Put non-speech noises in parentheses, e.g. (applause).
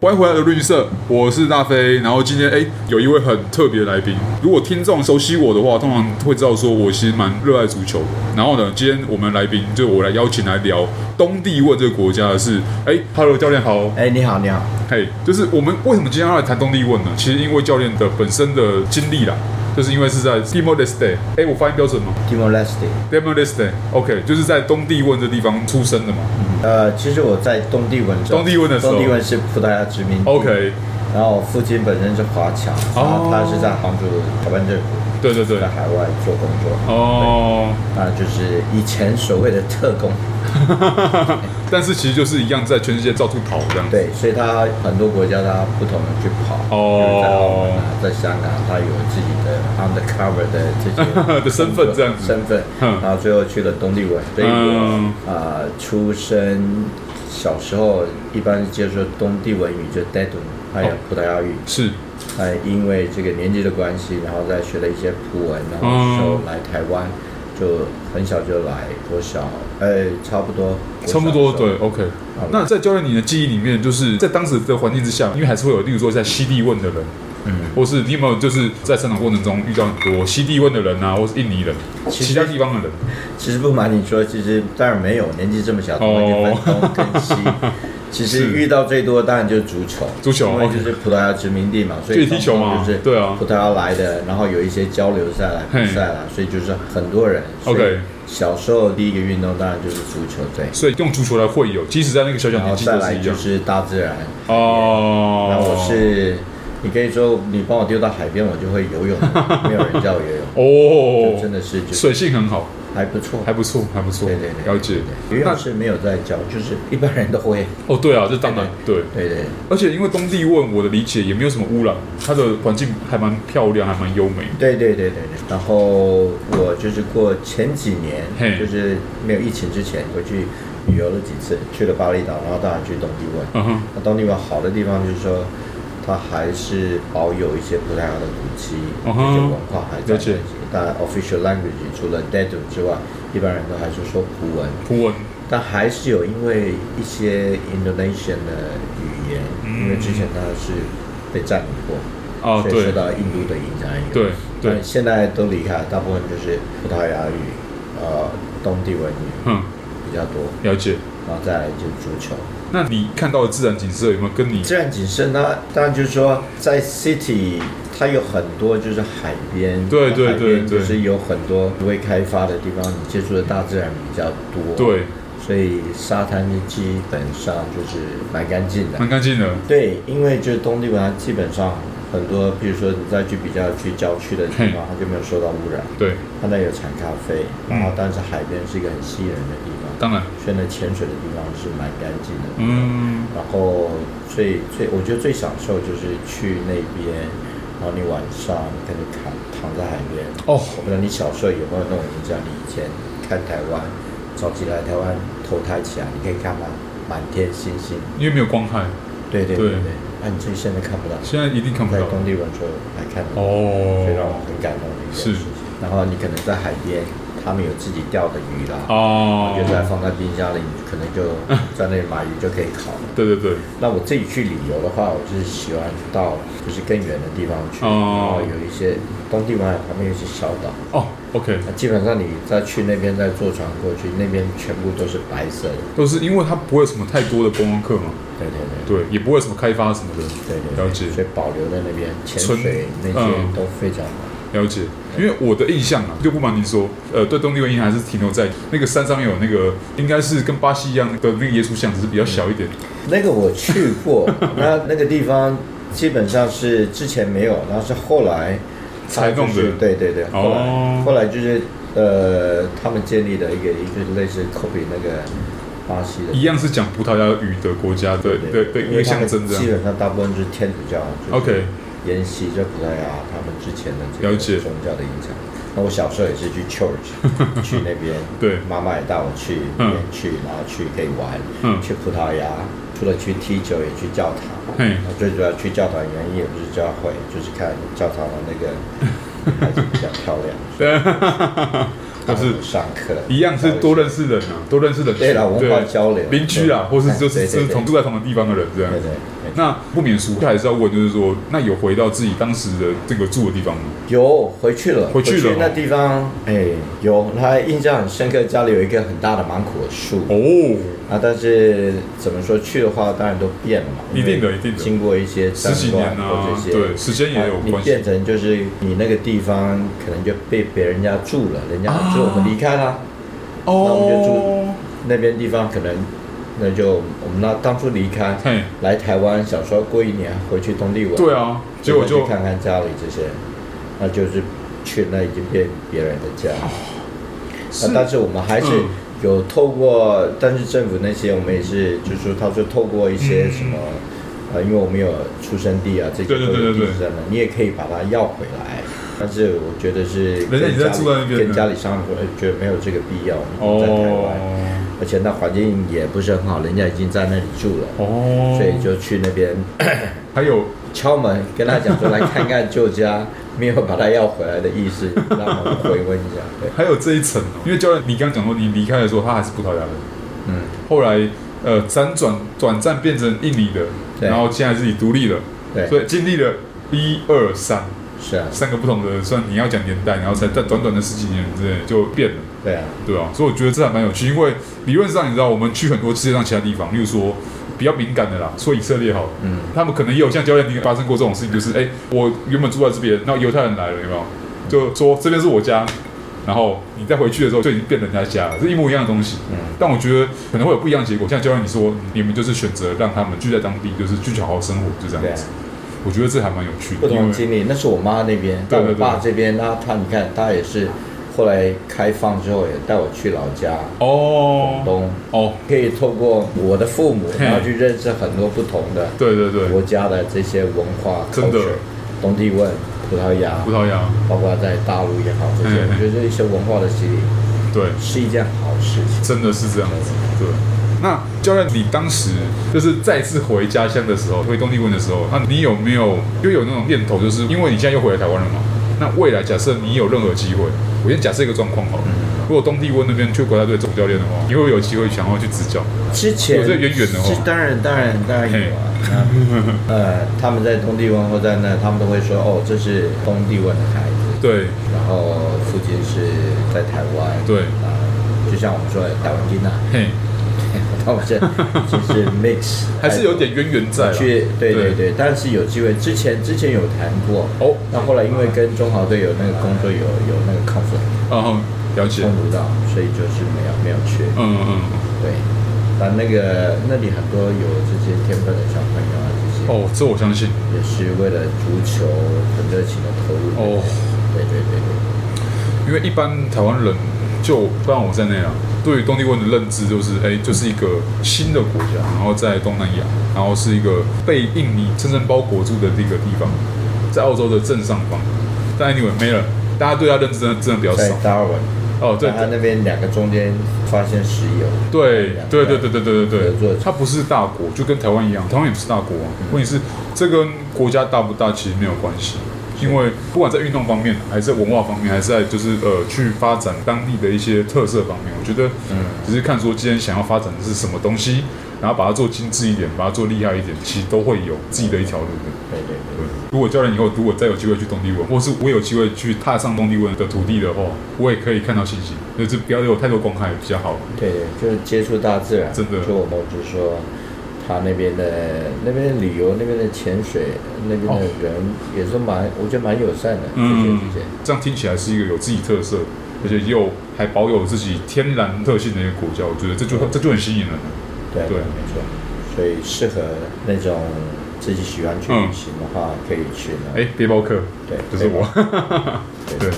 歪回来的绿色，我是大飞。然后今天哎，有一位很特别的来宾。如果听众熟悉我的话，通常会知道说我其实蛮热爱足球的。然后呢，今天我们来宾就我来邀请来聊东帝汶这个国家的是，哎，Hello 教练好，哎、你好，你好，嘿，就是我们为什么今天要来谈东帝汶呢？其实因为教练的本身的经历啦，就是因为是在 Timor Leste，哎，我发音标准吗 Timor Leste。 ？Timor Leste，OK，、就是在东帝汶这地方出生的嘛。呃，其实我在东帝汶州，东帝汶的时候东帝汶是葡萄牙殖民地 OK，然后我父亲本身是华侨，然后他是在杭州台湾政府对对对在，海外做工作，哦。那就是以前所谓的特工，但是其实就是一样，在全世界到处跑这样子。对，所以他很多国家他不同的去跑，哦就是在澳门啊，在香港，他有自己的 undercover 的这些 (laughs) 的身份这样子身份，嗯然后最后去了东帝汶，所以嗯我啊出生小时候一般接受东帝汶语就 d e d u n 还有哦葡萄牙语，是呃，因为这个年纪的关系，然后再学了一些葡文，然嗯后之后来台湾，就很小就来，国小，呃，差不多，国小差不多的时候对，OK 好。那在教练你的记忆里面，就是在当时的环境之下，因为还是会有，例如说在西地问的人，嗯，或是你有没有就是在成长过程中遇到很多西地问的人啊，或是印尼人、其实其他地方的人？其实不瞒你说，其实当然没有，年纪这么小，怎么哦会分东跟西？ (laughs) 其实遇到最多当然就是足球，足球因为就是葡萄牙殖民地嘛，所以就踢球嘛通常就是对啊葡萄牙来的，然后有一些交流赛啦、嘿比赛啦，所以就是很多人。 OK 所以小时候第一个运动当然就是足球，对，所以用足球来会友，即使在那个小小然后年纪再都来是一就样。是大自然，哦，那我是，你可以说你帮我丢到海边，我就会游泳，没有人叫我游泳，哦，就真的是就是水性很好，还不错。还不错，还不错。对对对，了解。游泳那是没有在教，就是一般人都会。哦，对啊，这当然对。对对，而且因为东帝汶，我的理解也没有什么污染，它的环境还蛮漂亮，还蛮优美。对对对对对。然后我就是过前几年嘿，就是没有疫情之前，回去旅游了几次，去了巴厘岛，然后当然去东帝汶。嗯哼，那东帝汶好的地方就是说，它还是保有一些葡萄牙的古迹，嗯一哼些文化还在了那解里。当然，official language 除了 d e d u 之外，一般人都还是说葡文，葡文但还是有因为一些 Indonesian 的语言，因为之前它是被占领过。啊，所以受嗯对到印度的影响也有。对对但，现在都离开，大部分就是葡萄牙语、呃东帝汶语嗯，比较多，了解。然后再来就是足球。那你看到的自然景色有没有跟你自然景色呢，当然就是说在 city。它有很多就是海边，对对海边对对就是有很多未开发的地方，你接触的大自然比较多，，对所以沙滩基本上就是蛮干净的，蛮干净的？对，因为就是东帝汶，它基本上很多，比如说你再去比较去郊区的地嘿方，它就没有受到污染，对，它那有产咖啡，嗯然后但是海边是一个很吸引人的地方，当然，所以那潜水的地方是蛮干净的。嗯，然后最最，我觉得最享受就是去那边，然后你晚上跟你躺躺在海边。哦，我不知道你小时候有没有那种印象？你以前看台湾，早期来台湾投胎起来，你可以看到满天星星。因为没有光害，对对对对对，那、你这现在看不到，现在一定看不在到。工地文说还看得到，所以让我哦，很感动的一件是事情。然后你可能在海边，他们有自己钓的鱼啦，哦，就在放在冰箱里，你可能就在那里买鱼就可以烤了。对对对，那我自己去旅游的话，我就是喜欢到就是更远的地方去，哦然后有一些东帝汶旁边有一些小岛，哦，OK，那基本上你再去那边再坐船过去，那边全部都是白色的。都是因为它不会有什么太多的观光客嘛，对对对。对，也不会有什么开发什么的，对对对，了解。所以保留在那边潜存水那些嗯都非常好。了解，因为我的印象啊，就不瞒您说，呃，对东帝汶印象还是停留在那个山上面有那个，应该是跟巴西一样的那个耶稣像，只是比较小一点。那个我去过， (laughs) 那那个地方基本上是之前没有，然后是后来它才弄的就是对对对，后来、哦后来就是呃，他们建立的一个一个类似 copy 那个巴西的一样是讲葡萄牙语的国家的的的一因个为他象们征这基样。本上大部分就是天主教就是 OK 沿袭着葡萄牙啊他们之前的这了个解宗教的影响。那我小时候也是去 (laughs) church，去那边，对妈妈也带我去那嗯边去，然后去可以玩，嗯去葡萄牙，除了去踢球也去教堂，嘿那最主要去教堂原因也不是教会，就是看教堂的那个还是比较漂亮，对， (laughs) 然但后是上课一样是多认识人啊，多认识人群，对啦文化对交流邻居啊，或是就对是哎对就对是同住在同个地方的人这样对。对对。那不免俗还是要问，就是说，那有回到自己当时的这个住的地方吗？有回去了，回去了那地方，哎，有，他印象很深刻，家里有一个很大的芒果树哦，啊，但是怎么说去的话，当然都变了嘛，一定的因为一定的经过一些十战几年乱啊或这，些，对，时间也有你关系变成就是你那个地方可能就被别人家住了，人家啊就我们离开了，那我们就住哦。那边地方可能那就我们那当初离开嘿，来台湾，想说过一年回去东帝汶，对啊，结结果果就去看看家里这些，那就是去那已经变别人的家，是那但是我们还是嗯有透过，但是政府那些我们也是，就是说他说透过一些什么。呃，因为我们有出生地啊，这嗯些对对对都有对对地址在那，你也可以把它要回来。但是我觉得是人家已经在跟家里住在那边了跟家里商量说，哎觉得没有这个必要，我们已经在台湾，哦而且那环境也不是很好，人家已经在那里住了，哦，所以就去那边还有敲门跟他讲说来看看旧家，没有把他要回来的意思，让我们回温一下。对，还有这一层哦，因为教练你刚刚讲说你离开的时候他还是葡萄牙人，嗯，后来呃辗转短暂变成印尼的，对然后现在自己独立了，对所以经历了一二三是啊，三个不同的，算你要讲年代，然后才在短短的十几年之内就变了。对啊，对啊，所以我觉得这还蛮有趣，因为理论上你知道，我们去很多世界上其他地方，例如说比较敏感的啦，说以色列好了，嗯他们可能也有像教练你发生过这种事情，就是哎、我原本住在这边，然后犹太人来了，有没有？就说这边是我家，然后你再回去的时候就已经变人家家了，是一模一样的东西。嗯但我觉得可能会有不一样的结果，像教练你说，你们就是选择让他们聚在当地，就是聚好好生活，就这样子。我觉得这还蛮有趣啊不的，因同的为经历。那是我妈那边，对对但我对爸这边，那他你看，他也是后来开放之后也带我去老家哦广东，哦，可以透过我的父母，嘿然后去认识很多不同的对对对，国家的这些文化，真的 culture，东帝汶、葡萄牙，葡萄牙，包括在大陆也好，这嗯些嗯我觉得一些文化的洗礼对。是一件好事情。真的是这样子，对。那教练，你当时就是再次回家乡的时候，回东帝汶的时候，那你有没有又有那种念头，就是因为你现在又回来台湾了嘛？那未来假设你有任何机会，我先假设一个状况好了，嗯如果东帝汶那边去国家队总教练的话，你会不会有机会想要去执教？啊之前有这远远的哦是当然当然当然有啊。那呃，他们在东帝汶或在那，他们都会说哦，这是东帝汶的孩子，对然后父亲是在台湾，对啊、就像我们说的台湾囡啊，嘿， (laughs) 他们现在就是 mix， (laughs) 还是有点渊源在啦。去，对对对，但是有机会，之前之前有谈过，哦那后来因为跟中华队有那个工作有有那个 conflict 嗯，了解，冲嗯突到，所以就是没有没有去，嗯嗯，对，但那个那里很多有这些天分的小朋友啊，这些、哦，这我相信，也是为了足球很热情的投入。哦，对对对对，因为一般台湾人，就包括我在内啊，对于东帝汶的认知就是，哎、就是一个新的国家，然后在东南亚，然后是一个被印尼深深包裹住的一个地方，在澳洲的正上方。但 anyway 没了，大家对它认知真的真的比较在少。达尔文，哦，对他那边两个中间发现石油，对对对对对对对合作对，它不是大国，就跟台湾一样，台湾也不是大国啊。问题是这跟国家大不大其实没有关系，因为不管在运动方面，还是在文化方面，还是在就是呃去发展当地的一些特色方面，我觉得嗯只是看说今天想要发展的是什么东西，然后把它做精致一点，把它做厉害一点，其实都会有自己的一条路的。对对对，如果教练以后如果再有机会去东帝汶，或是我有机会去踏上东帝汶的土地的话，我也可以看到信息，就是不要有太多公害比较好。对，就是接触大自然。真的就我们就说，他那边的那边的旅游，那边的潜水，那边的哦人也是蛮，我觉得蛮友善的。嗯这些，这样听起来是一个有自己特色，而且又还保有自己天然特性的一个国家，我觉得这就这就很吸引人了。这些，对对没错。所以适合那种自己嗯喜欢去旅行的话，可以去那。哎，背包客，对就是我。对，